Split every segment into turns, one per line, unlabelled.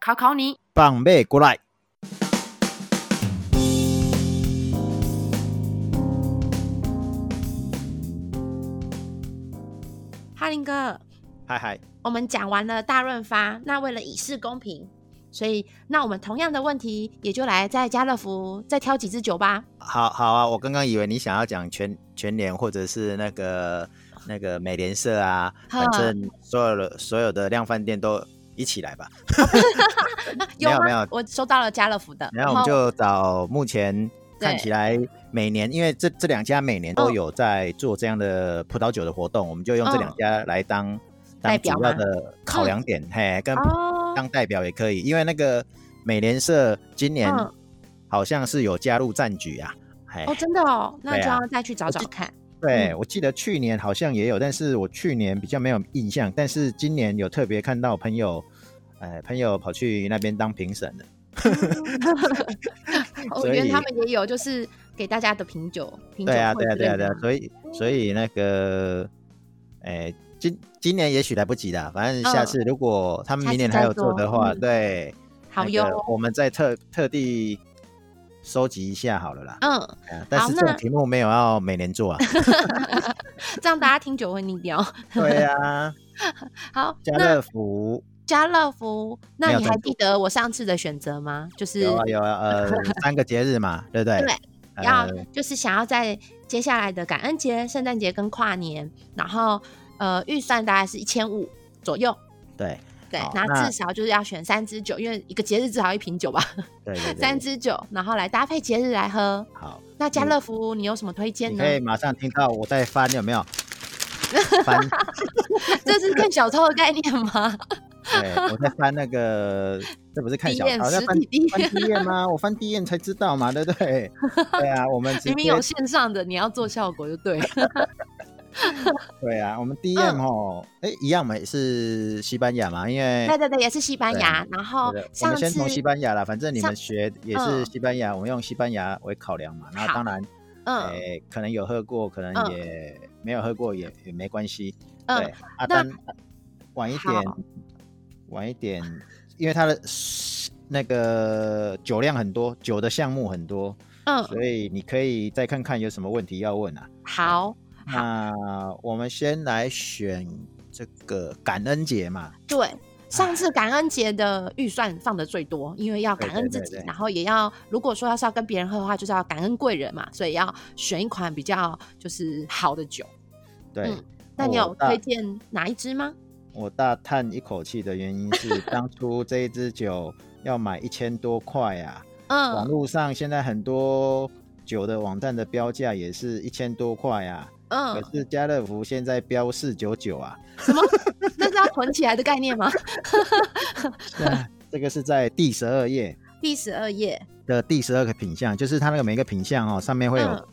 考考你。
棒妹过来，
哈林哥，
嗨嗨，
我们讲完了大润发，那为了以示公平，所以那我们同样的问题也就来在家乐福再挑几支酒吧。
好好啊，我刚刚以为你想要讲全全联或者是那个那个美联社啊，反
呵
正所有的所有的量贩店都一起来吧。
啊
没有
吗
没有
我收到了家乐福的，
然后我们就找目前看起来每年，因为这这两家每年
嗯
都有在做这样的葡萄酒的活动，我们就用这两家来当、
嗯代
当主
表
要
吗
的考量点，嘿，跟
哦，
当代表也可以，因为那个美联社今年
嗯
好像是有加入战局啊，嘿，
哦，真的哦，那
对
就
啊
要再去找找 看。
对、
嗯
我记得去年好像也有，但是我去年比较没有印象，但是今年有特别看到朋友，呃，朋友跑去那边当评审的，
哦，
所
原来
以
他们也有，就是给大家的品酒，品酒
对啊，
会
对啊，
之
对啊，
类
对啊
的吗，
所以所以那个，哎、今今年也许来不及啦，反正下
嗯
次如果他们
下
明
次
年还
再
有做
做
的话，
嗯
对，
好
那
哟
个。我们再特特地收集一下好了啦。
嗯，
啊但
好
是这种
那
题目没有要每年做啊。
这样大家听酒会腻掉。
对啊，
好，
家
那
乐福
家乐福，
没
那
有
你
赞
还
助
记得我上次的选择吗？就是
有啊有啊，呃， 三个节日嘛，对不对？
对要
呃，
就是想要在接下来的感恩节、圣诞节跟跨年，然后呃预算大概是一千五左右，
对
对
好，
那
那
至少就是要选三支酒，因为一个节日至少一瓶酒吧，
对对对，
三
对
支酒，然后来搭配节日来喝。
好，
那家
嗯
乐福你有什么推荐
你
呢
可？以马上听到我在翻有没有？翻
这是看小偷的概念 吗？
对，我在翻那个，这不是看
第一
小
眼
抄，在
实
翻
体第一
翻第一页吗？我翻第一页才知道嘛，对不 对？对啊，我们直
明明
接
有线上的，你要做效果就对 了。
对啊，我们 D
嗯
M 哦，哎，一样嘛，也是西班牙嘛，因为
对对对，也是西班牙。然后
对的我
哦上
们
次
先从西班牙啦，反正你
上
们学也是
嗯
西班牙，我们用西班牙为考量嘛。那
好
当然，
嗯
哎，可能有喝过，可能
嗯
也没有喝过，也也没关系。对
嗯，
啊，
那
但晚一点
好，
晚一点，因为它的那个酒量很多，酒的项目很多，
嗯，
所以你可以再看看有什么问题要问啊。
好，
那我们先来选这个感恩节嘛，
对。上次感恩节的预算放的最多，因为要
对
感恩
对
自
对
己，
对
然后也要如果说要是要跟别人喝的话，就是要感恩贵人嘛，所以要选一款比较就是好的酒。
对。
嗯那你有
我大
推荐哪一支吗？
我大叹一口气的原因是，当初这一支酒要买一千多块啊，网
嗯
络上现在很多酒的网站的标价也是一千多块啊，可
嗯，
是家乐福现在标四九九 啊，
什么？那是要囤起来的概念吗？啊
这个是在第十二页
第十二页，
的第十二个品项，就是它那个每个品项哦，上面会有，
嗯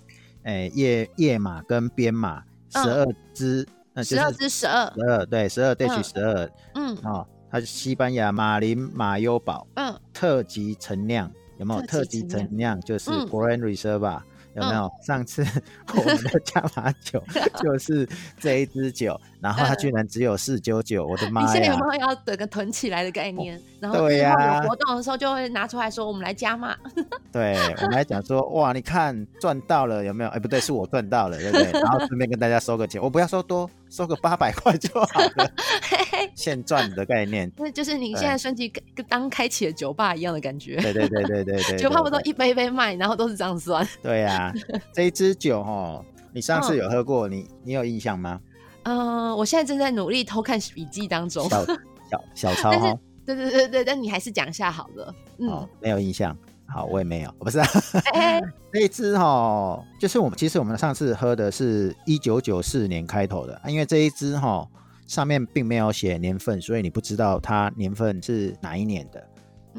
诶、页页码跟编码十
嗯
二支，那、就
十二
是
至十二，
十二对十二 dash
嗯
十二
嗯
哦，它是西班牙马林马优堡。
嗯
特级陈酿有没有？特
特
级
级
陈酿就是
嗯
Grand Reserve、有啊没有？上次 我们 的加码酒 就是这一支酒，然后它居然只有四九九，我的
嗯你
妈
现在有
呀！哦
没有要整个囤起来的概念？然后
对
之后
呀
有活动的时候就会拿出来说，我们来加码。
对我们还讲说，哇，你看赚到了有没有？哎，不对，是我赚到了，对不对？然后顺便跟大家收个钱，我不要收多，收个八百块就好了，
嘿嘿，
现赚的概念。
那就是你现在升级跟当开启了酒吧一样的感觉，
对对对对对对对，
酒吧不都
对
一杯一杯卖，然后都是这样算。
对呀、这一支酒哦，你上次
嗯
有喝过，你你有印象吗？
嗯、我现在正在努力偷看笔记当中。
小小小超
但
哈、
是对对对对，但你还是讲一下好了。嗯
哦，，没有印象。好，我也没有，不是、啊、
哎、
这一支哈，就是我们其实我们上次喝的是一九九四年开头的，啊因为这一支哈上面并没有写年份，所以你不知道它年份是哪一年的。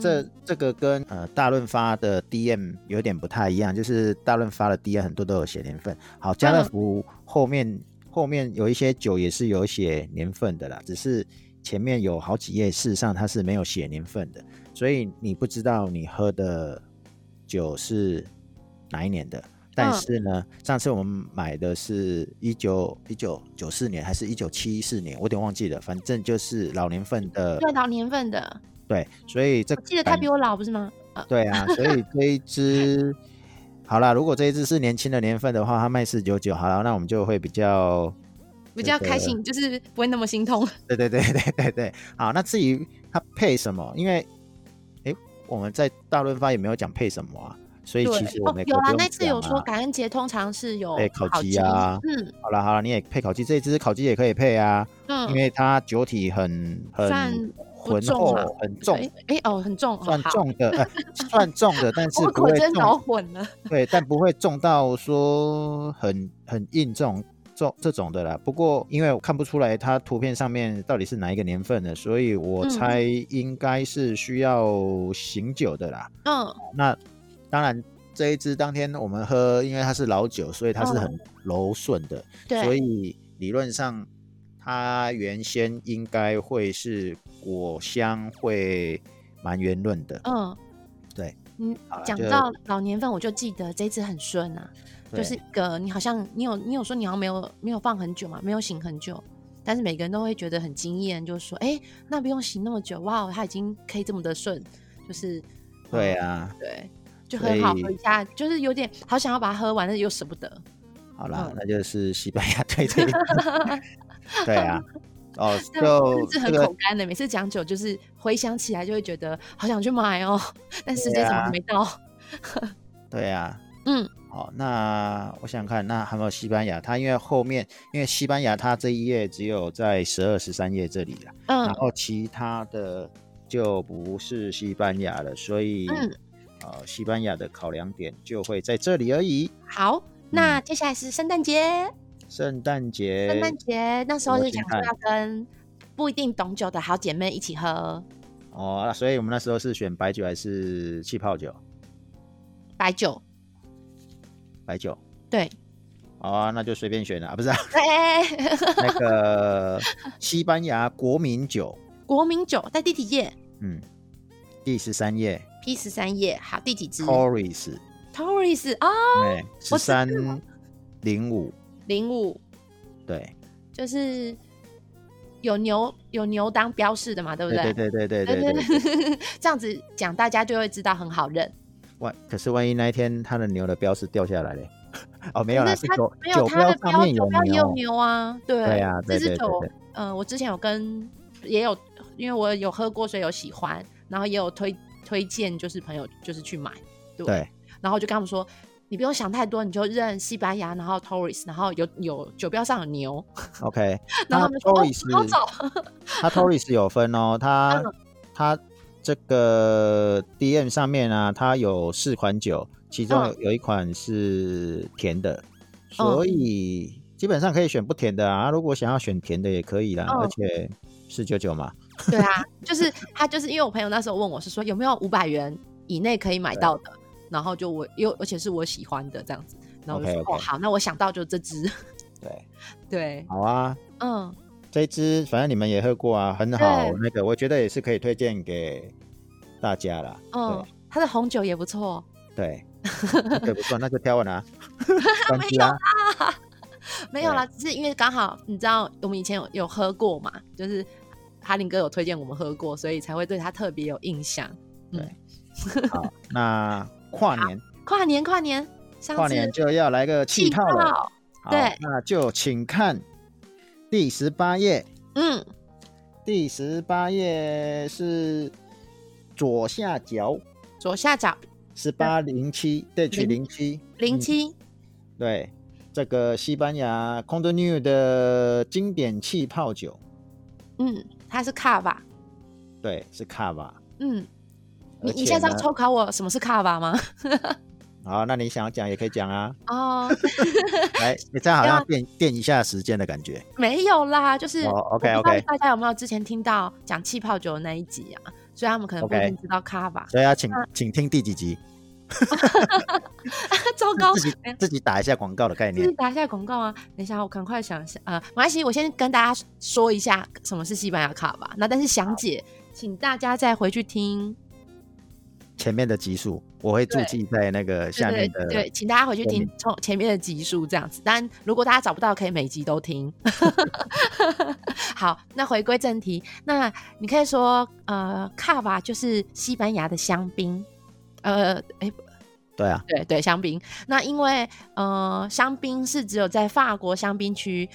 这这个跟呃大润发的 DM 有点不太一样，就是大润发的 DM 很多都有写年份。好，家乐福后面后面有一些酒也是有写年份的啦，只是前面有好几页事实上它是没有写年份的，所以你不知道你喝的酒是哪一年的。但
嗯
是呢，上次我们买的是一九一九九四年还是一九七四年，我有点忘记了，反正就是老年份的。
对，老年份的，
对，所以这
我记得他
感
比我老，不是吗？呃，
对啊，所以这一支好啦，如果这一支是年轻的年份的话，它卖四九九，好了，那我们就会比较，
比较
这
开
个
心，就是不会那么心痛。
对对对对对对，好，那至于它配什么，因为诶，我们在大润发也没有讲配什么啊，所以
对
其实，我
哦
们，也
有
可以不
啦，
用
那次
讲
有说
啊
感恩节通常是有
对烤
烤
鸡啊
嗯
好啦好啦，你也配烤鸡，这一只烤鸡也可以配啊，
嗯，
因为它酒体很很
算不
浑
重
厚
嘛，
很重，
哎哎哦，很重，哦
算，
好
重的， 呃，算重的，但是
我
不
果
会
真
重
搞混了。
对，但不会重到说很很硬这种重这种的啦。不过因为我看不出来它图片上面到底是哪一个年份的，所以我
嗯
猜应该是需要醒酒的啦。
嗯，
那当然，这一支当天我们喝，因为它是老酒，所以它是
嗯
很柔顺的，
对，
所以理论上它原先应该会是果香会蛮圆润的。
嗯，
对，
嗯
好啦，
讲
就
到老年份，我就记得这一次很顺啊，就
对
是一个你好像你有你有说你好像没有没有放很久嘛，没有醒很久，但是每个人都会觉得很惊艳，就说哎、诶那不用醒那么久，哇，哦它已经可以这么的顺，就是
对
嗯
啊，
对，就很好
所以
喝一下，就是有点好想要把它喝完，但是又舍不得。
好啦
嗯，
那就是西班牙队 这一支对啊，哦，
但真
就
的
这
是很
个
口干的，每次讲酒就是回想起来就会觉得好想去买哦，但时间怎
啊
么还没到？
对啊，
嗯，
好，那我想想看，那还有没有西班牙？它因为后面，因为西班牙它这一页只有在十二、十三页这里啦，然
嗯
后其他的就不是西班牙了，所以、
嗯，
呃，西班牙的考量点就会在这里而已。
好，
嗯
那接下来是圣诞节，
圣诞节，
圣诞节那时候
我
是
先
想说
看
要跟不一定懂酒的好姐妹一起喝
哦，那所以我们那时候是选白酒还是气泡酒？
白酒，
白酒。
对，
好啊，那就随便选了啊，不是、啊。
哎、
那个西班牙国民酒，
国民酒在第几页
嗯，第十三页
？P 十三页，好，第几支
Torres，
？Torres 啊，
哎，十
我知道
三零五，
零五
对，
就是有牛有牛当标示的嘛，对不
对对对对对对对。
对， 这样子讲大家就会知道很好认。
万可是万一那一天他的牛的标是掉下来嘞，哦，没有啦，
可
是
是它
酒
没有
酒
它的
上面
酒
有
标也有
牛，哦
牛啊，对
对啊
这
对
支
对对
酒
对，
呃，我之前有跟也有，因为我有喝过，所以有喜欢，然后也有推推荐，就是朋友就是去买，对，
对
然后我就跟他们说。你不用想太多，你就认西班牙，然后 Torres，然后有有酒标上有牛，
，OK。
然后他
那
们说、哦、好
Torres，
走，
他 Torres 有分哦，他
嗯
他这个 DM 上面啊，它有四款酒，其中
嗯
有有一款是甜的，所以基本上可以选不甜的啊。如果想要选甜的也可以啦，
嗯
而且四九九嘛，
对啊，就是他就是因为我朋友那时候问我是说有没有五百元以内可以买到的，然后就我又而且是我喜欢的这样子，然后我就说
OK，OK
哦好，那我想到就这支，
对，
对，
好啊。
嗯，
这一支反正你们也喝过啊，很好
对，
那个我觉得也是可以推荐给大家啦。
嗯，它的红酒也不错
对对，那个不错，那就挑我 拿。三支啊，
啊。没有啦，只是因为刚好你知道我们以前有有喝过嘛，就是哈林哥有推荐我们喝过，所以才会对他特别有印象。
好，那跨年
跨年跨年，上
跨
次
年就要来个气泡了。
泡，
好
对
那就请看第十八页。
嗯，
第十八页是左下角
左下角
十八零七 H 零七嗯
零七，
对，这个西班牙 c o n d o n u 的经典气泡酒，
嗯，它是卡吧，
对，是卡瓦。
嗯，你
而且
你现在是要
呢
抽考我什么是卡巴吗？
好，那你想要讲也可以讲啊。
哦，
来，你这样好
对啊
像垫垫一下时间的感觉。
没有啦，就是
哦
我不知道
，OK，OK
大家有没有之前听到讲气泡酒的那一集啊？所以他们可能不
OK
一定知道 卡吧。
所以要请
嗯
请听第几集，
糟糕，
自己
哎
自己打一下广告的概
自己
念。
打一下广告啊！等一下，我赶快想一下。呃，没关系，我先跟大家说一下什么是西班牙卡吧。那但是详解，请大家再回去听。
前面的集数我会注
对
记在那个下
对
面
对
的，
对，请大家回去
说
听
明
从前面的集数这样子。但如果大家找不到，可以每集都听。 好，那回归正题，那你可以说，呃，卡吧就是西班牙的香槟。呃，哎，
对啊，
对对，香槟。那因为呃，香槟是只有在法国香槟区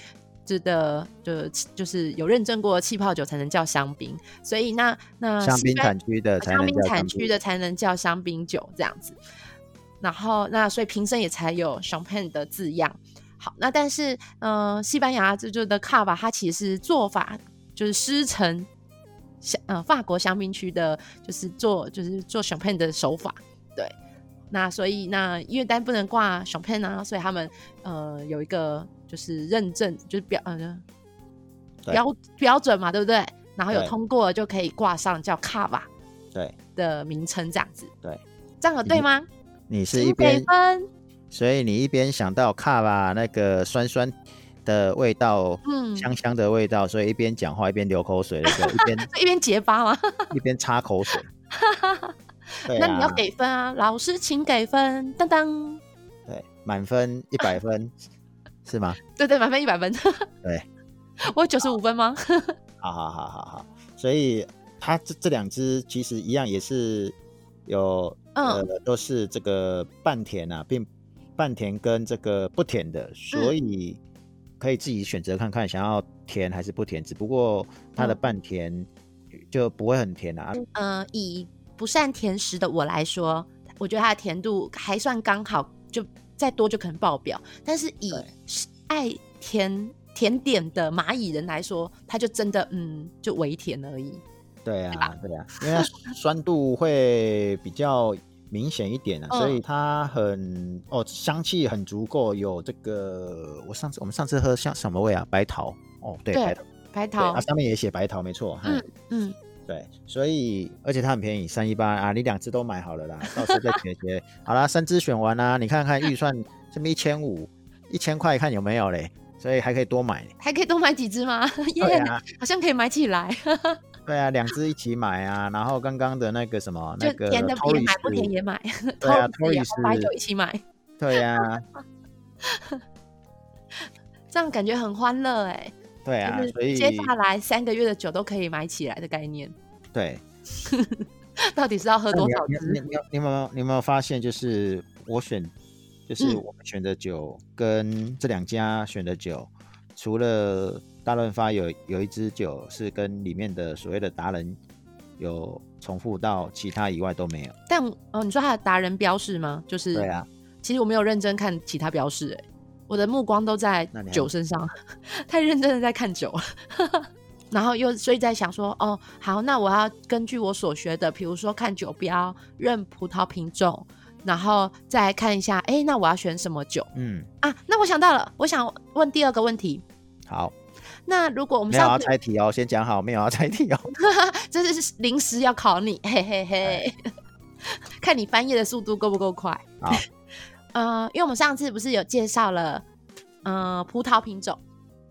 这的，就就是有认证过的气泡酒才能叫香槟，所以那那
香
西
槟
班
产区的才
香
能
槟
叫
产
香
区
槟。
的才能叫香槟酒这样子。然后那所以瓶身也才有 champagne 的字样。好，那但是呃，西班牙这就的 cava 它其实做法就是师承香呃法国香槟区的，就是做就是做 champagne 的手法。对，那所以那因为单不能挂 champagne 啊，所以他们呃有一个就是认证，就是标呃
对
标标准嘛，对不对？然后有
对
通过了就可以挂上叫 cava。
对，
的名称这样子。
对，
这样有对吗？
你是
请
一
给
边，
分。
所以你一边想到卡吧那个酸酸的味道，
嗯
香香的味道，所以一边讲话一边流口水的时候，一 边
一边结巴吗？
一边擦口 水。对
那你要
啊，
给分啊！老师，请给分，当当，
对，满分一百分是吗？
对对，满分一百分。对， 我九十五分吗？
好好好好好，所以它这这两只其实一样也是有，
嗯
呃，都是这个半甜啊，并半甜跟这个不甜的，所
嗯
以可以自己选择看看想要甜还是不甜，只不过它的
嗯
半甜就不会很甜啊，
呃，以不善甜食的我来说，我觉得它的甜度还算刚好，就再多就可能爆表。但是以
对
是爱甜甜点的蚂蚁人来说，它就真的嗯，就微甜而已。
对啊，对啊，因为它酸度会比较明显一点啊，所以
嗯
它很哦，香气很足够，有这个我上次我们上次喝像什么味啊？白桃哦，对，
对
白桃，
白
对
桃
啊，，上面也写白桃，没错，嗯，
嗯，
对，所以而且它很便宜，三一八啊，你两只都买好了啦，到时候再学学。好啦，三只选完啦、你看看预算这么一千五，一千块看有没有嘞，所以还可以多 买。
还可以多买几只吗？ 耶、
对啊，
好像可以买起来。
对啊，两只一起买啊，然后刚刚的那个什么，
就
那个
甜的也
Tories
买，不甜也 买，
对啊
Tories 也
，Tories
买白酒一起买，
对啊呀、
这样感觉很欢乐哎、
对啊
就，
所
是
以
接下来三个月的酒都可以买起来的概念，
对，
到底是要喝
那
多
你
少
有你有你
支？
有你有你有没有你有没有发现，就是我选，就是
嗯
我们选的酒跟这两家选的酒，除了大润发有有一支酒是跟里面的所谓的达人有重复到，其他以外都没有。
但哦，你说它的达人标示吗？就是
对啊，
其实我没有认真看其他标示哎、我的目光都在
那你还
酒身上， 太认真的在看酒了。 然后又所以在想说，哦，好，那我要根据我所学的，比如说看酒标、认葡萄品种，然后再看一下，哎，那我要选什么酒？
嗯，
啊，那我想到了，我想问第二个问题。
好，
那如果我们
没有要
上次啊
猜题哦，先讲好，没有要猜题哦。
这是临时要考你，嘿嘿嘿， 看你翻页的速度够不够快。
哎好，
呃，因为我们上次不是有介绍了，呃，葡萄品种，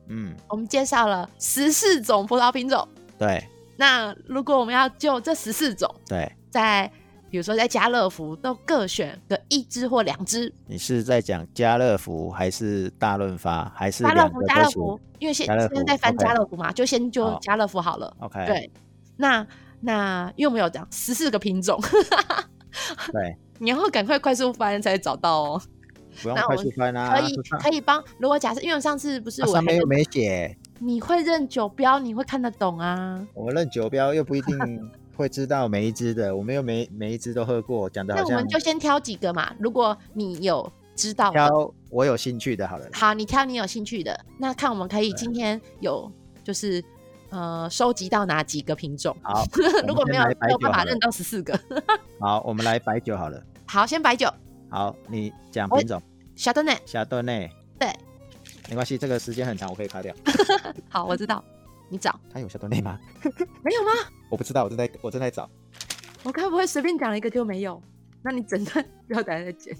嗯，
我们介绍了十四种葡萄品种。
对
那如果我们要就这十四种，
对，
在比如说在家乐福都各选个一支或两支，
你是在讲家乐福还是大润发还是
家乐
两
福
个
家乐
都
福
行？，
因为现
家乐
现
福
在在翻
OK
家乐福嘛，就先就
好
家乐福好了。
OK，
对，那那因为我们有讲十四个品种，
对，
你要赶快快速翻才找到哦。
不用
那
快
我
速翻啦、
可以
就上
可以帮，如果假设，因为我上次不是
啊
我
上
还
面又
跟
没写，
你会认酒标，你会看得懂啊。
我们认酒标又不一定会知道每一支的，我们又没每一支都喝过，讲的
那
好
我
像
们就先挑几个嘛，如果你有知道的，
挑我有兴趣的好了啦。
好，你 挑你有兴趣的，那看我们可
啊
以今天有就是呃收集到哪几个品种。，
好
如果
我们
没
先
有
来白
没
酒
有办
好
法认
了。
到十四个，
好，我们来白酒好了。
好，先白酒，
好，你讲
我
品种，
小灯呢？
夏顿内。
对，
没关系，这个时间很长，我可以卡掉。
好，我知道，你找
它有夏顿内吗？
没有吗？
我不知道，我正在我正在找。
我该不会随便讲了一个就没有？那你整段不要等再剪。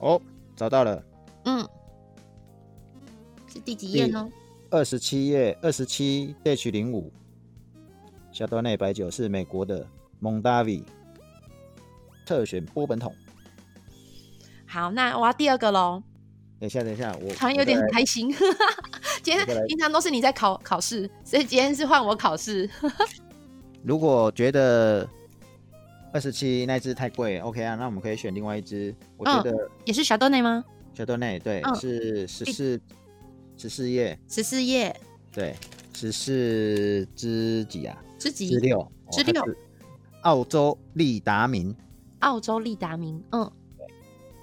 哦，找到了，
嗯，是第几页呢？
二十七页二十七 H 零五，小岛内白酒是美国的蒙达维特选波本桶。
好，那我要第二个喽。
等一下，等一下，我
好像有点很开心。 今
我再来
天平常都是你在考考试，所以今天是换我考试。
如果觉得二十七那只太贵，OK 啊，那我们可以选另外一只。我觉
嗯
得
也是小豆内吗？
小豆内对、
嗯
是十四十四页，
十四页，
对，十四之几啊？
是几
之六，哦
之六，
它是澳洲利达明。
澳洲利达明，嗯，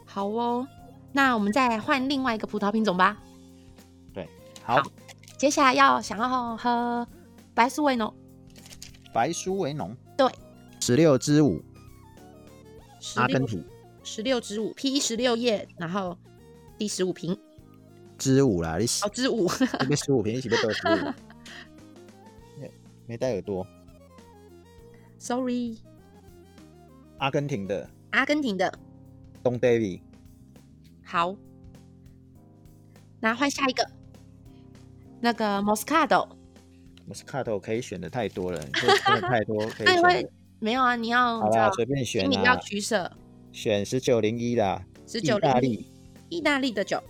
好哦。那我们再换另外一个葡萄品种吧。
对，好，
接下来要想要喝白苏维农，
白苏维农，
对，
十六之五，
十
阿根
六
廷
十六支五 P 十六页，然后第十五瓶
之五啦，你
哦支五，
这边十五瓶，一起被得十五， 没没戴耳朵，
s o r r y
阿根廷的
阿根廷的，
东 David
好。那换下一个，那个 Moscato，
Moscato 可以选的太 多了，这真的太多可以
那你
选
会
的。
没有啊？你要
嗯好
你知
啦，
道
随便
心
选啊
里要
啦，
取舍，
选十九零一啦，
十
意
九
大
零
利
一，意大利的酒，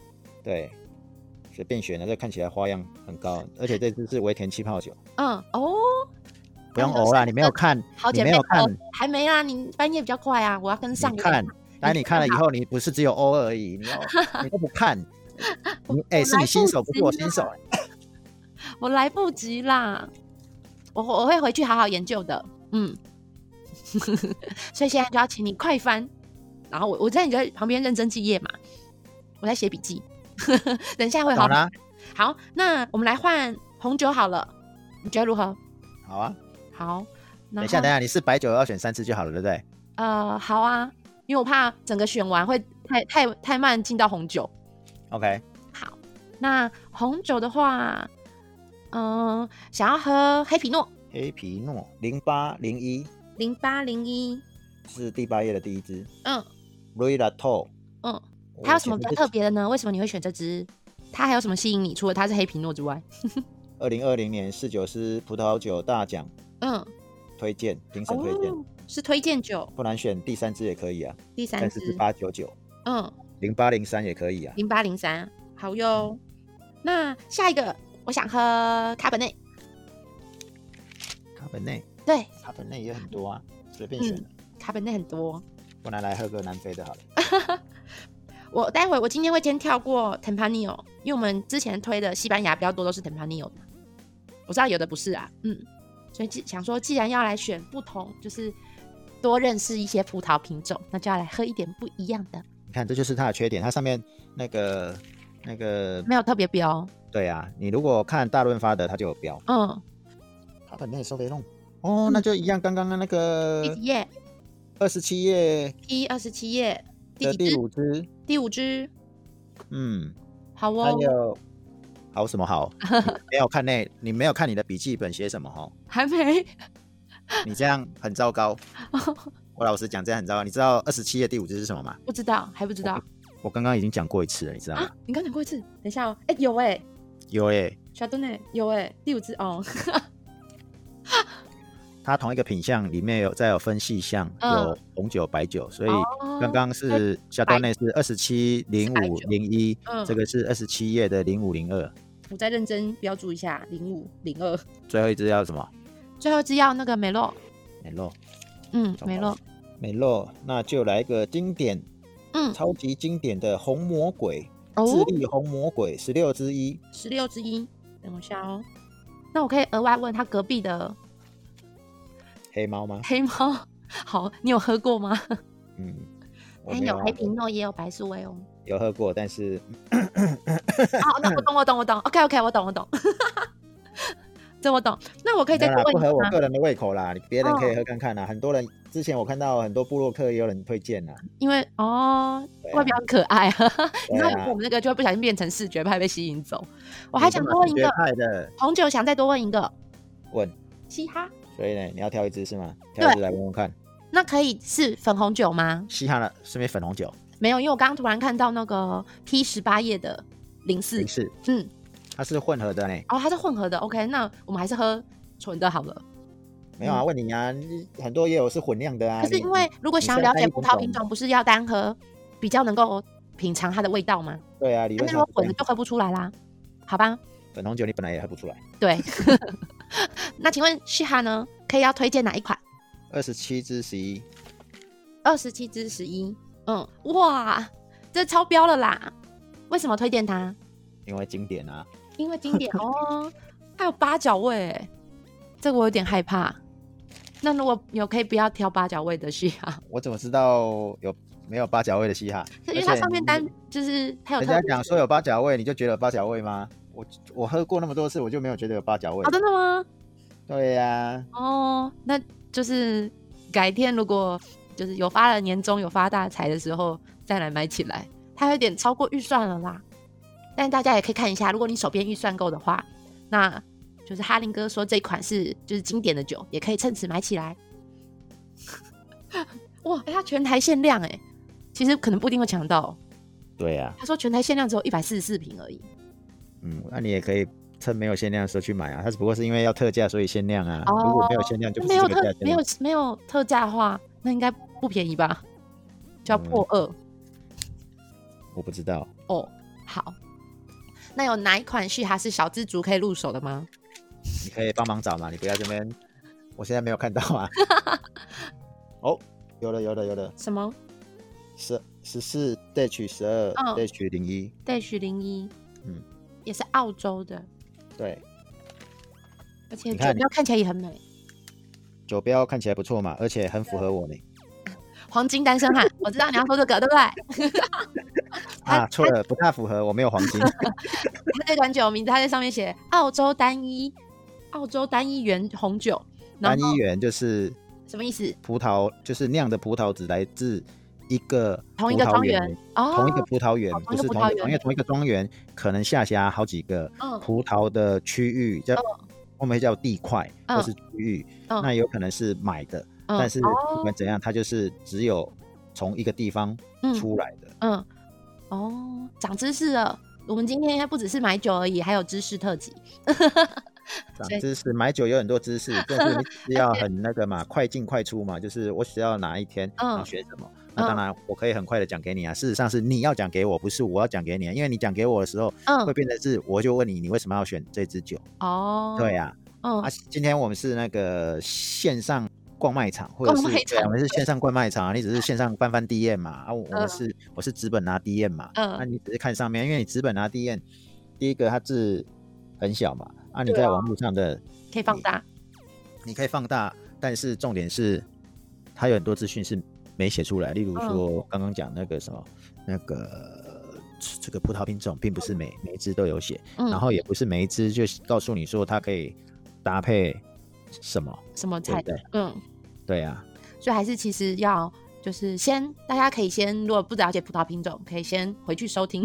对，随便选的，这看起来花样很高，而且这支是维田气泡酒，
嗯哦，
不用熬啦，你没有看
好，
你
姐
没
妹
有
哦
看，
还没啦，你翻页比较快啊，我要跟上
你
一个。
看，来你看了以
好
后，你不是只有欧而已，你要你都不看， 你哎、
我
是你
来
新
不
手，不是我
及
新手、哎
我来不及啦，我我会回去好好研究的。嗯， 所以现在就要请你快翻，然后我我在你在旁边认真记页嘛，我在写笔记， 等一下会好
懂。啦，
好，那我们来换红酒好了，你觉得如何？
好啊，
好，
等
等
一下等一下，你是白酒要选三次就好了，对不对？
呃，好啊，因为我怕整个选完会太太太慢进到红酒。
OK，
好，那红酒的话，嗯、想要喝黑皮诺
黑皮诺零八零一
零八零一
是第八页的第一支
嗯
，Louis l a t o
嗯，它有什么比较特别的呢？为什么你会选这支？它还有什么吸引你？除了它是黑皮诺之外，
二零二零年侍酒师葡萄酒大奖
嗯，
推荐，评审推荐，
哦是推荐酒
不然选第三支也可以啊，
第三
但是是
支，
八九九
嗯，
零八零三也可以啊。
零八零三，好哟。那下一个，我想喝卡本内，
卡本内，
对，
卡本内也很多啊，随便
嗯
选的，
卡本内很多。
不然来喝个南非的好了。
我待会我今天会先跳过 Tempranillo，因为我们之前推的西班牙比较多都是 Tempranillo 的，我知道有的不是啊，嗯，所以既想说既然要来选不同，就是多认识一些葡萄品种，那就要来喝一点不一样的，
你看，这就是它的缺点，它上面那个那个，
没有特别标，
对啊，你如果看大润发的，它就有标。
嗯，
卡本内收费弄。哦，那就一样，刚刚的那
第
个
几页
二十七页
？P 二十七页，第
的呃
几
第
支？
五支，
第五支，
嗯，
好
还
哦，
有好什么 好？你没有看那，你没有看你的笔记本写什么哈？
还没，
你这样很糟 糕。我老实讲，这样很糟糕。你知道二十七页第五支是什么吗？
不知道，还不知道
我刚刚已经讲过一次了，你知道吗？
啊？你刚讲过一次，等一下哦，哎、有哎、
有诶，
小灯哎，有哎、第五支哦，
它同一个品相里面有再有分细项，
嗯
有红酒、白酒，所以
哦
刚刚是下端内是二十七零五零一
嗯，
这个是二十七页的零五零二，
我再认真标注一下，零五零二。
最后一支要什么？
最后一支要那个梅洛，
美洛，
嗯，
糟糕
梅洛，
美洛，那就来个经典，
嗯，
超级经典的红魔鬼，智
哦，
利红魔鬼十六之一，
十六之一，等我一下哦。那我可以额外问他隔壁的
黑猫吗？
黑猫，好，你有喝过吗？
嗯，我
他
没
哎有
喝
黑皮
过
诺，也有白苏 维哦。
有喝过，但是
哦，那我懂，我懂，我懂。OK OK，我懂，我懂。 这我懂。那我可以
没
再
有啦
多
不
问哦
合
你
我
吗？
个人的胃口啦，你别人可以喝看看啦。很多人之前我看到很多部落客也有人推荐啦，
因为哦
对，啊
外表很可爱， 你知道
对啊
我们那个就会不小心变成视觉派被吸引走。我还想
有这
多
么
问
直
一
觉
个
派的
红酒，想再多问一个
问，
嘻哈。
所以呢，你要挑一只是吗？挑一只来问问看。
那可以是粉红酒吗？
西哈的是没粉红酒，
没有，因为我刚刚突然看到那个 P 十八页的零四
没，事，
嗯，
它是混合的呢。
哦，它是混合的，OK，那我们还是喝纯的好了。
没有啊，问你啊，你很多也有是混酿的啊。
嗯可是
你
因为如果
你
想
是要
要了
单
解
一
葡
品
萄
种
品
吗
种，不是要单喝比较能够品尝它的味道吗？
对啊，理
那
论
如
上
果混的就喝不出来啦，好吧？
粉红酒你本来也喝不出来。
对。那请问西哈呢？可以要推荐哪一款？
二十七至十一，
二十七至十一。嗯，哇，这超标了啦！为什么推荐它？
因为经典啊，
因为经典哦，还有八角味耶，这个我有点害怕。那如果有可以不要挑八角味的西哈，
我怎么知道有没有八角味的嘻哈？
因为
而
它
且
上面
你
单就是它有
人
特
家
别
讲说有八角味，你就觉得有八角味吗？我我喝过那么多次，我就没有觉得有八角味。
哦，真的吗？
对呀、
哦，那就是改天如果就是有发了年终有发大财的时候再来买起来，它有点超过预算了啦。但大家也可以看一下，如果你手边预算够的话，那就是哈林哥说这款是就是经典的酒，也可以趁此买起来。 哇，欸它全台限量哎、其实可能不一定会抢到。
对呀、
他说全台限量只有一百四十四瓶而已。
嗯，那你也可以趁没有限量的时候去买啊。它只不过是因为要特价，所以限量啊。如果没有限量，就不
哦没
是
有
这个
特
价钱。
没有没有特价的话，那应该不便宜吧？就要破二、
我不知道。
哦。好，那有哪一款是还是小资族可以入手的吗？
你可以帮忙找嘛，你不要这边，我现在没有看到 啊。哦，有了有了有了，
什么
十十四 dash 十二
嗯
dash 零一，
Dash 零一？
嗯，
也是澳洲的，
对，
而且
你
酒
看
标看起来也很美，
酒标看起来不错嘛，而且很符合我呢。
黄金单身汉， 我知道你要说这个，对不对？他
啊，错了，不太符合，我没有黄金。
他这款酒名字，他在上面写澳洲单一，澳洲单一原红酒， 然
单
后
一元就是
什么意思？
葡萄，就是酿的葡萄只来自一个
同一
葡
个
萄
庄
园
园哦，
同一个葡萄园
哦，同
不
一个
是
葡
同
萄
一个
园
庄，因为同一个庄园可能下辖好几个
嗯
葡萄的区域，叫我们叫地块
嗯
或是区域，
嗯
那有可能是买的，
嗯
但是不
哦
管怎样，它就是只有从一个地方
嗯
出来的。
嗯，哦，长知识了。我们今天不只是买酒而已，还有知识特辑。所以
长知识，买酒有很多知识，但 是你只要很那个嘛，快进快出嘛，就是我只要哪一天
嗯
要学什么。那当然，我可以很快的讲给你啊。事实上是你要讲给我，不是我要讲给你、啊。因为你讲给我的时候，会
嗯，
变成是我就问你，你为什么要选这支酒？
哦，
对，呀、
嗯
啊，，今天我们是那个线上逛卖场，或者
逛
是
卖
对啊
场
我们是线上逛卖场啊，你只是线上翻翻 DM 嘛，啊，我我
嗯
们是、我是纸本拿 DM 嘛，啊
嗯
那你只是看上面，因为你纸本拿 DM，第一个它字很小嘛，啊，你
对啊
在网络上的
可以放大。
你可以放大，但是重点是它有很多资讯是没写出来，例
嗯
如说刚刚讲那个什么那个。这个葡萄品种并不是每每一只都有写，
嗯，
然后也不是每一只就告诉你说它可以搭配什么，
什么
对
菜
不？对？
嗯，
对 啊，
所以还是其实要就是先，大家可以先，如果不了解葡萄品种，可以先回去收听，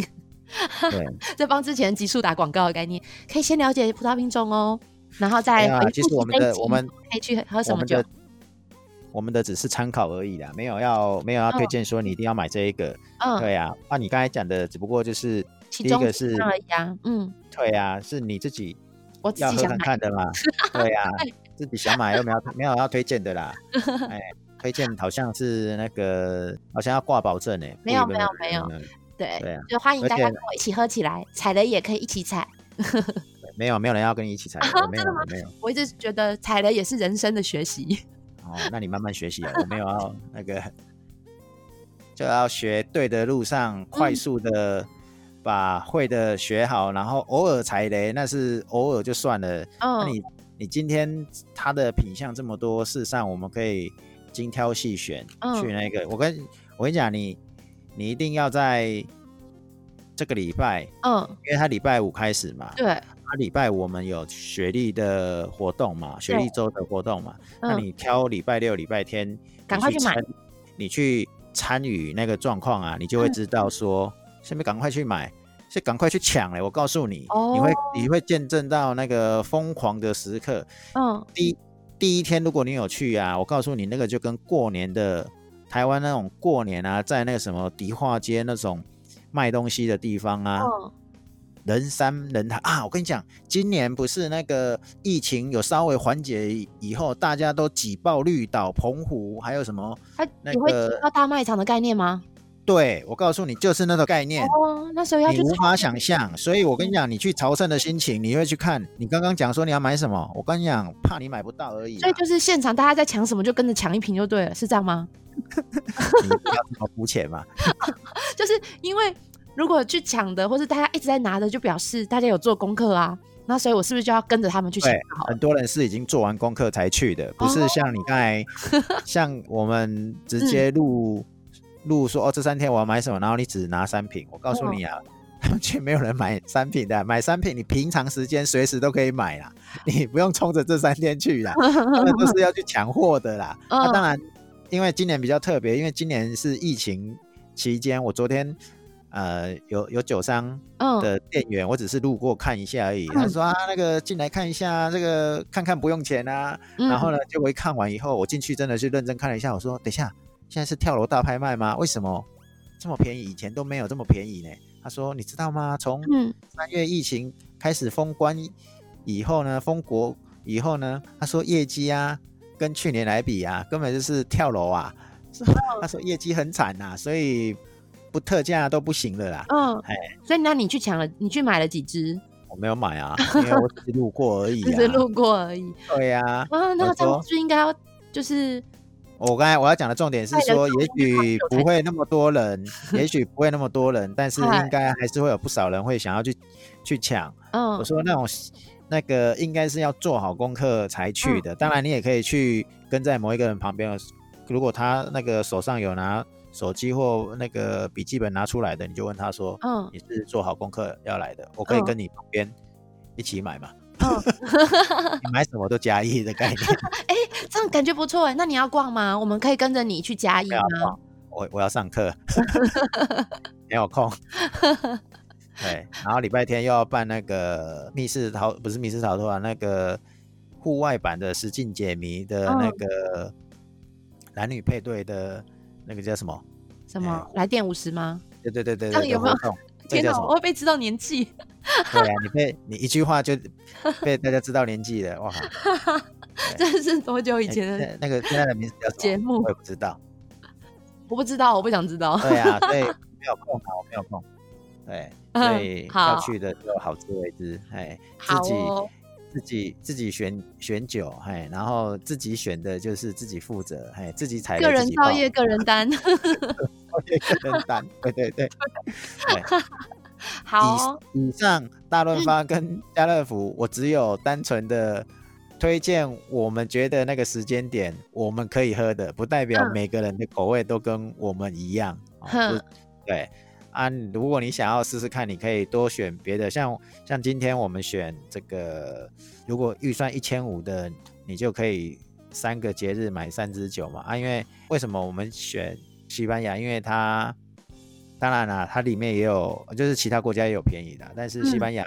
对
这帮之前集数打广告的概念，可以先了解葡萄品种哦，然后再
对啊
回
其实
复
我
习
们
这一
的
集
我们
可以去喝什
我
么
们
酒
的？我们的只是参考而已啦，没有要没有要
嗯
推荐说你一定要买这一个，
嗯，
对啊，那你刚才讲的只不过就是
其
第一
中
个
几
是
项而已啊。嗯，
对啊，是你自己
我自
要
己
喝
想
看
买。
看的 嘛，对啊
对，
自己想买又没有没有要推荐的 啦，哎，推荐好像是那个好像要挂保证哎，
没有
不
没有没有哎
不
对，
对啊
就欢迎
而
大家
且
跟我一起喝起来，踩雷也可以一起踩。
没有没有人要跟你一起 采，我没有我没有。
我一直觉得踩雷也是人生的学习。
哦，那你慢慢学习啊，我没有 要那个，就要学对的路上，快
嗯
速的把会的学好，然后偶尔踩雷那是偶尔就算了。那
嗯，
你你今天它的品相这么多，事实上我们可以精挑细选、
嗯
去那个。我跟我跟你讲，你你一定要在这个礼拜，
嗯，
因为它礼拜五开始嘛，
对，
它礼拜五我们有学历的活动嘛，学历周的活动嘛。那
嗯
你挑礼拜六、礼拜天，
赶
你
快去买
参，你去参与那个状况啊，你
嗯
就会知道说，下面赶快去买，是赶快去抢嘞！我
哦
告诉你，你会你会见证到那个疯狂的时刻。
嗯
第一第一天如果你有去啊，我告诉你，那个就跟过年的台湾那种过年啊，在那个什么迪化街那种卖东西的地方啊，
嗯，
人山人海啊！我跟你讲，今年不是那个疫情有稍微缓解以后，大家都挤爆绿岛、澎湖，还有什么？
它
那
也会
个
提到大卖场的概念吗？
对我告诉你，就是那个概念，
哦，那时候要
你
去
无
朝
法
圣
想象。所以我跟你讲，你去朝圣的心情，你会去看。你刚刚讲说你要买什么，我跟你讲，怕你买不到而已啦。
所以就是现场大家在抢什么就跟着抢一瓶就对了，是这样吗？
你不要这么肤浅嘛。
就是因为如果去抢的，或是大家一直在拿的，就表示大家有做功课啊。那所以我是不是就要跟着他们去抢
对？， 很多人是已经做完功课才去的，不是像你刚才，像我们直接录录说哦，这三天我要买什么，然后你只拿三瓶。我告诉你啊，他们 却没有人买三瓶的，买三瓶你平常时间随时都可以买啦，你不用冲着这三天去啦，他们都是要去抢货嗯的啦。那、
嗯
当然，因为今年比较特别，因为今年是疫情期间，我昨天。呃，有有酒商
嗯，
的店员，我只是路过看一下而已。他说啊，那个进来看一下，这个看看不用钱啊。
嗯
然后呢，结果一看完以后，我进去真的是认真看了一下，我说等一下，现在是跳楼大拍卖吗？为什么这么便宜？以前都没有这么便宜呢。他说你知道吗？从
嗯
三月疫情开始封关以后呢，封国以后呢，他说业绩啊，跟去年来比啊，根本就是跳楼啊。
嗯
他说业绩很惨呐、所以不特价都不行了啦。
嗯
哎，
所以那你去抢了，你去买了几只？
我没有买 啊，因为我只是路过而已
只
啊。
是路过而已
对呀、
啊。那
我
这样
说
子就应该要就是
我刚才我要讲的重点是说，也许不会那么多人，也许不会那么多人，但 是应该还是会有不少人会想要去去抢。
嗯
我说那种那个应该是要做好功课才去
嗯
的，当然你也可以去跟在某一个人旁边，如果他那个手上有拿手机或那个笔记本拿出来的，你就问他说
嗯
你是做好功课要来的，我可以
嗯
跟你旁边一起买嘛。
嗯，
你买什么都加一的概念。
这样感觉不错哎。那你要逛吗？我们可以跟着 你去嘉义
没有
吗？
啊我我要上 课，没有空。对，然后礼拜天又要办那个密室逃，不是密室逃脱啊，那个户外版的实境解谜的
嗯
那个男女配对的那个叫什么？
什么
哎
来电五十吗？
对对对对
这样
对，
有
的
没
活
有
动。这
天
叫
哪，
什
我
么？
会被知道 年纪。
对啊，你被你一句话就被大家知道年纪了，哇！
这是多久以前的
哎那那个现在的名字叫什么
节目
我也不知道。
我不知道，我不想知道。
对啊，所以没有空啊，我没有空。 呃对，所以要
嗯好
去的就好自为之，哎，自
好
己、
哦
自己自己选选酒，哎，然后自己选的就是自己负责，哎，自己采的
个人
自己
造
报
业，个人 担。
个人单，对对对。
好哦，
以上大润发跟家乐福，我只有单纯的。推荐我们觉得那个时间点我们可以喝的，不代表
嗯
每个人的口味都跟我们一样。哦
哼
不对啊，如果你想要试试看，你可以多选别的，像像今天我们选这个，如果预算一千五的，你就可以三个节日买三支酒嘛啊，因为为什么我们选西班牙？因为它当然啦、它里面也有，就是其他国家也有便宜的，啊但是西
嗯
班牙。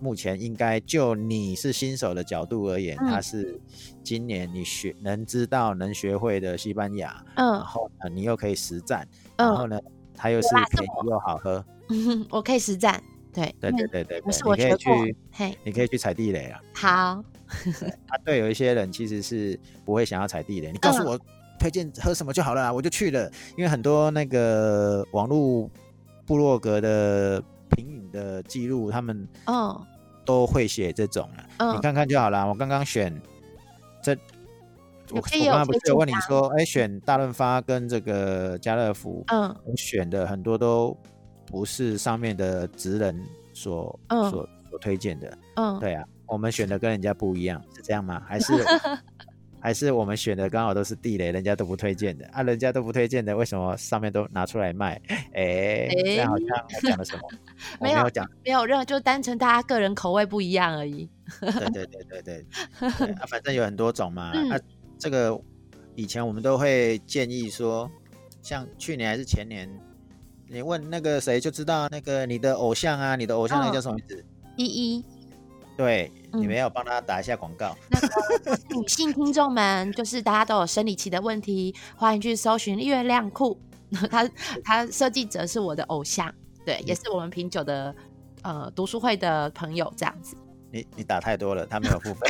目前应该就你是新手的角度而言，
嗯
它是今年你学能知道能学会的西班牙，然
嗯
后呢，你又可以实战，然后
嗯
呢，它又是
辣是
便宜又好喝，
嗯， 我可以实战。对
对
因为
对对对
嗯不是
对，
我
你可
学
以
过
去，
嘿，
你可以去踩地雷啊。
好，
啊，对，有一些人其实是不会想要踩地雷，你告诉
嗯
我推荐喝什么就好了啊，我就去了。因为很多那个网络部落格的评影的记录，他们
嗯
都会写这种啊，
嗯
你看看就好啦。我刚刚选这，我
有
我
可以
刚
有
刚不
推
是
荐
有问你
吗
说，哎，选大润发跟这个家乐福，
嗯
我选的很多都不是上面的职人所、
嗯
所所推荐的。
嗯，
对啊，我们选的跟人家不一样，是这样吗？还 是还是我们选的刚好都是地雷，人家都不推荐的啊？人家都不推荐的，为什么上面都拿出来卖？ 哎、这样好像我讲了 什么？我
没
没
有
有讲。
没有任何，就单纯大家个人口味不一样而已。
对对对对对，对啊，反正有很多种嘛。
嗯
啊，这个以前我们都会建议说，像去年还是前年，你问那个谁就知道那个你的偶像啊，你的偶像那个
嗯
叫什么名字？
一一，
对，你
嗯
没有帮他打一下广告。
那 个女性听众们，就是大家都有生理期的问题，欢迎去搜寻月亮裤。 他他设计者是我的偶像，对，
嗯
也是我们品酒的呃读书会的朋友这样子。
你你打太多了，他没有付费。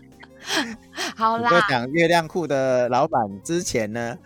好
我就
啦，
讲月亮裤的老板之前呢，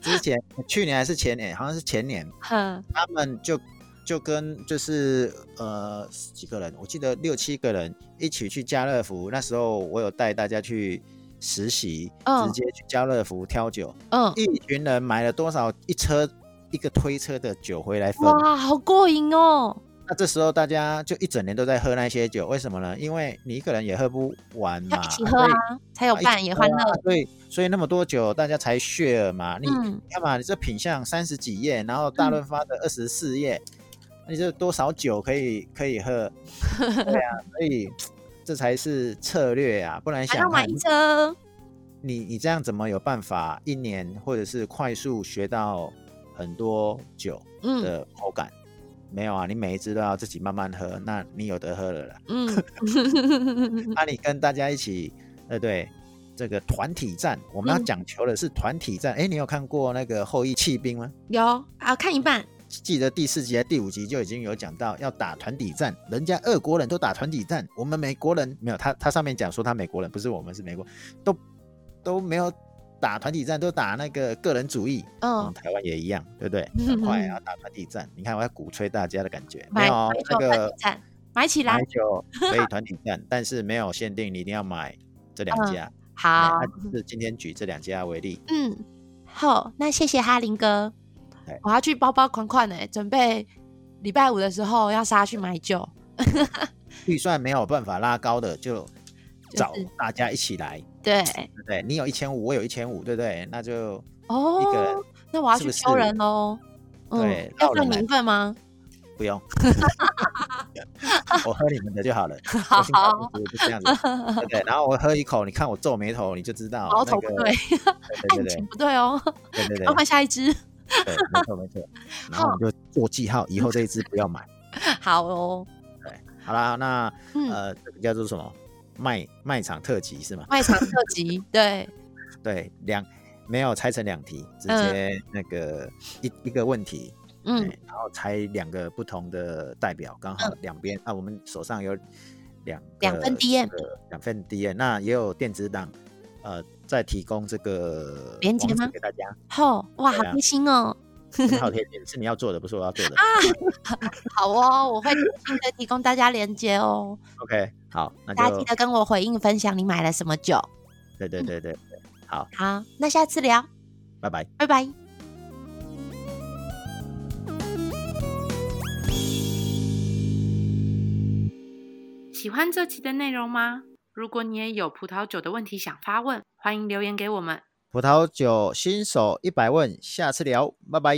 之前去年还是前年，好像是前年，
哼，
他们就就跟就是呃十几个人，我记得六七个人一起去家乐福。那时候我有带大家去实习，
嗯
直接去家乐福挑酒，
嗯，
一群人买了多少一车一个推车的酒回来分。
哇，好过瘾哦，
那这时候大家就一整年都在喝那些酒，为什么呢？因为你一个人也喝不完嘛，
要一起喝啊
所以，
才有
啊一起
伴也欢
对
乐
啊。所以所以那么多酒，大家才 share 嘛。你、
嗯
看嘛，你这品相三十几页，然后大润发的二十四页，你这多少酒可以可以 喝？对啊，所以这才是策略啊，不然
还
想
要买
看
一车，
你你这样怎么有办法一年或者是快速学到很多酒
嗯
的口感？没有啊，你每一支都要自己慢慢喝，那你有得喝了啦。
嗯，
那、你跟大家一起，呃，对，这个团体战，我
嗯
们要讲求的是团体战。哎、你有看过那个《后羿弃兵》吗？
有啊，看一半，
记得第四集还是第五集就已经有讲到要打团体战，人家俄国人都打团体战，我们美国人没有。他他上面讲说他美国人不是我们是美国，都都没有打团体战，都打那个个人主义。嗯，
嗯，
台湾也一样，对不对？很快啊，打团体战，你看我要鼓吹大家的感觉，没
买
有哦
买
那
酒团
个
体站，买起来
买，酒可以团体战，但是没有限定你一定要买这两
嗯
家。
好
哎，那就是今天举这两家为例，
嗯，好，那谢谢哈林哥
哎，
我要去包包款款呢、准备礼拜五的时候要杀去买酒。
预算没有办法拉高的，就找
就是
大家一起来，
对，
对不对？你有一千五，我有一千五，对不对？那就一个人
哦，那我要
是
去
不是
挑人喽。嗯
对，
要
绕人
算你
来
一份吗？
不 用，我喝你们的就好了。
好
我先搞清楚就这样子，对不对？然后我喝一口，你看我皱眉头，你就知道
矛
哦那
头哎
个
不对，，
对
案
对
情不对哦，
对对对对
要换下一支。
对，没错没错。 然后
好
你就做记号，以后这一支不要买。
好哦，
好啦，那
嗯，
呃，这个叫做什么？卖卖场特辑是吗？
卖场特辑，对，
对，两没有拆成两题，直
嗯
接那个一一个问题，嗯
嗯，
然后拆两个不同的代表，刚好两边、啊，我们手上有两
两份
个
DM
这个两份 DM，那也有电子档，呃，在提供这个
连结
网址
吗
给大 家，
好，哇，好
对啊
贴心哦。
很好贴心，是你要做的，不是我要做的。
好哦，我会贴心的提供大家连接哦，
OK，好，那
大家嗯
就
记得跟我回应分享你买了什么酒。
对对对对，
好，那下次聊，
拜拜。
拜拜。
喜欢这期的内容吗？如果你也有葡萄酒的问题想发问，欢迎留言给我们。
葡萄酒新手一百问，下次聊，拜拜。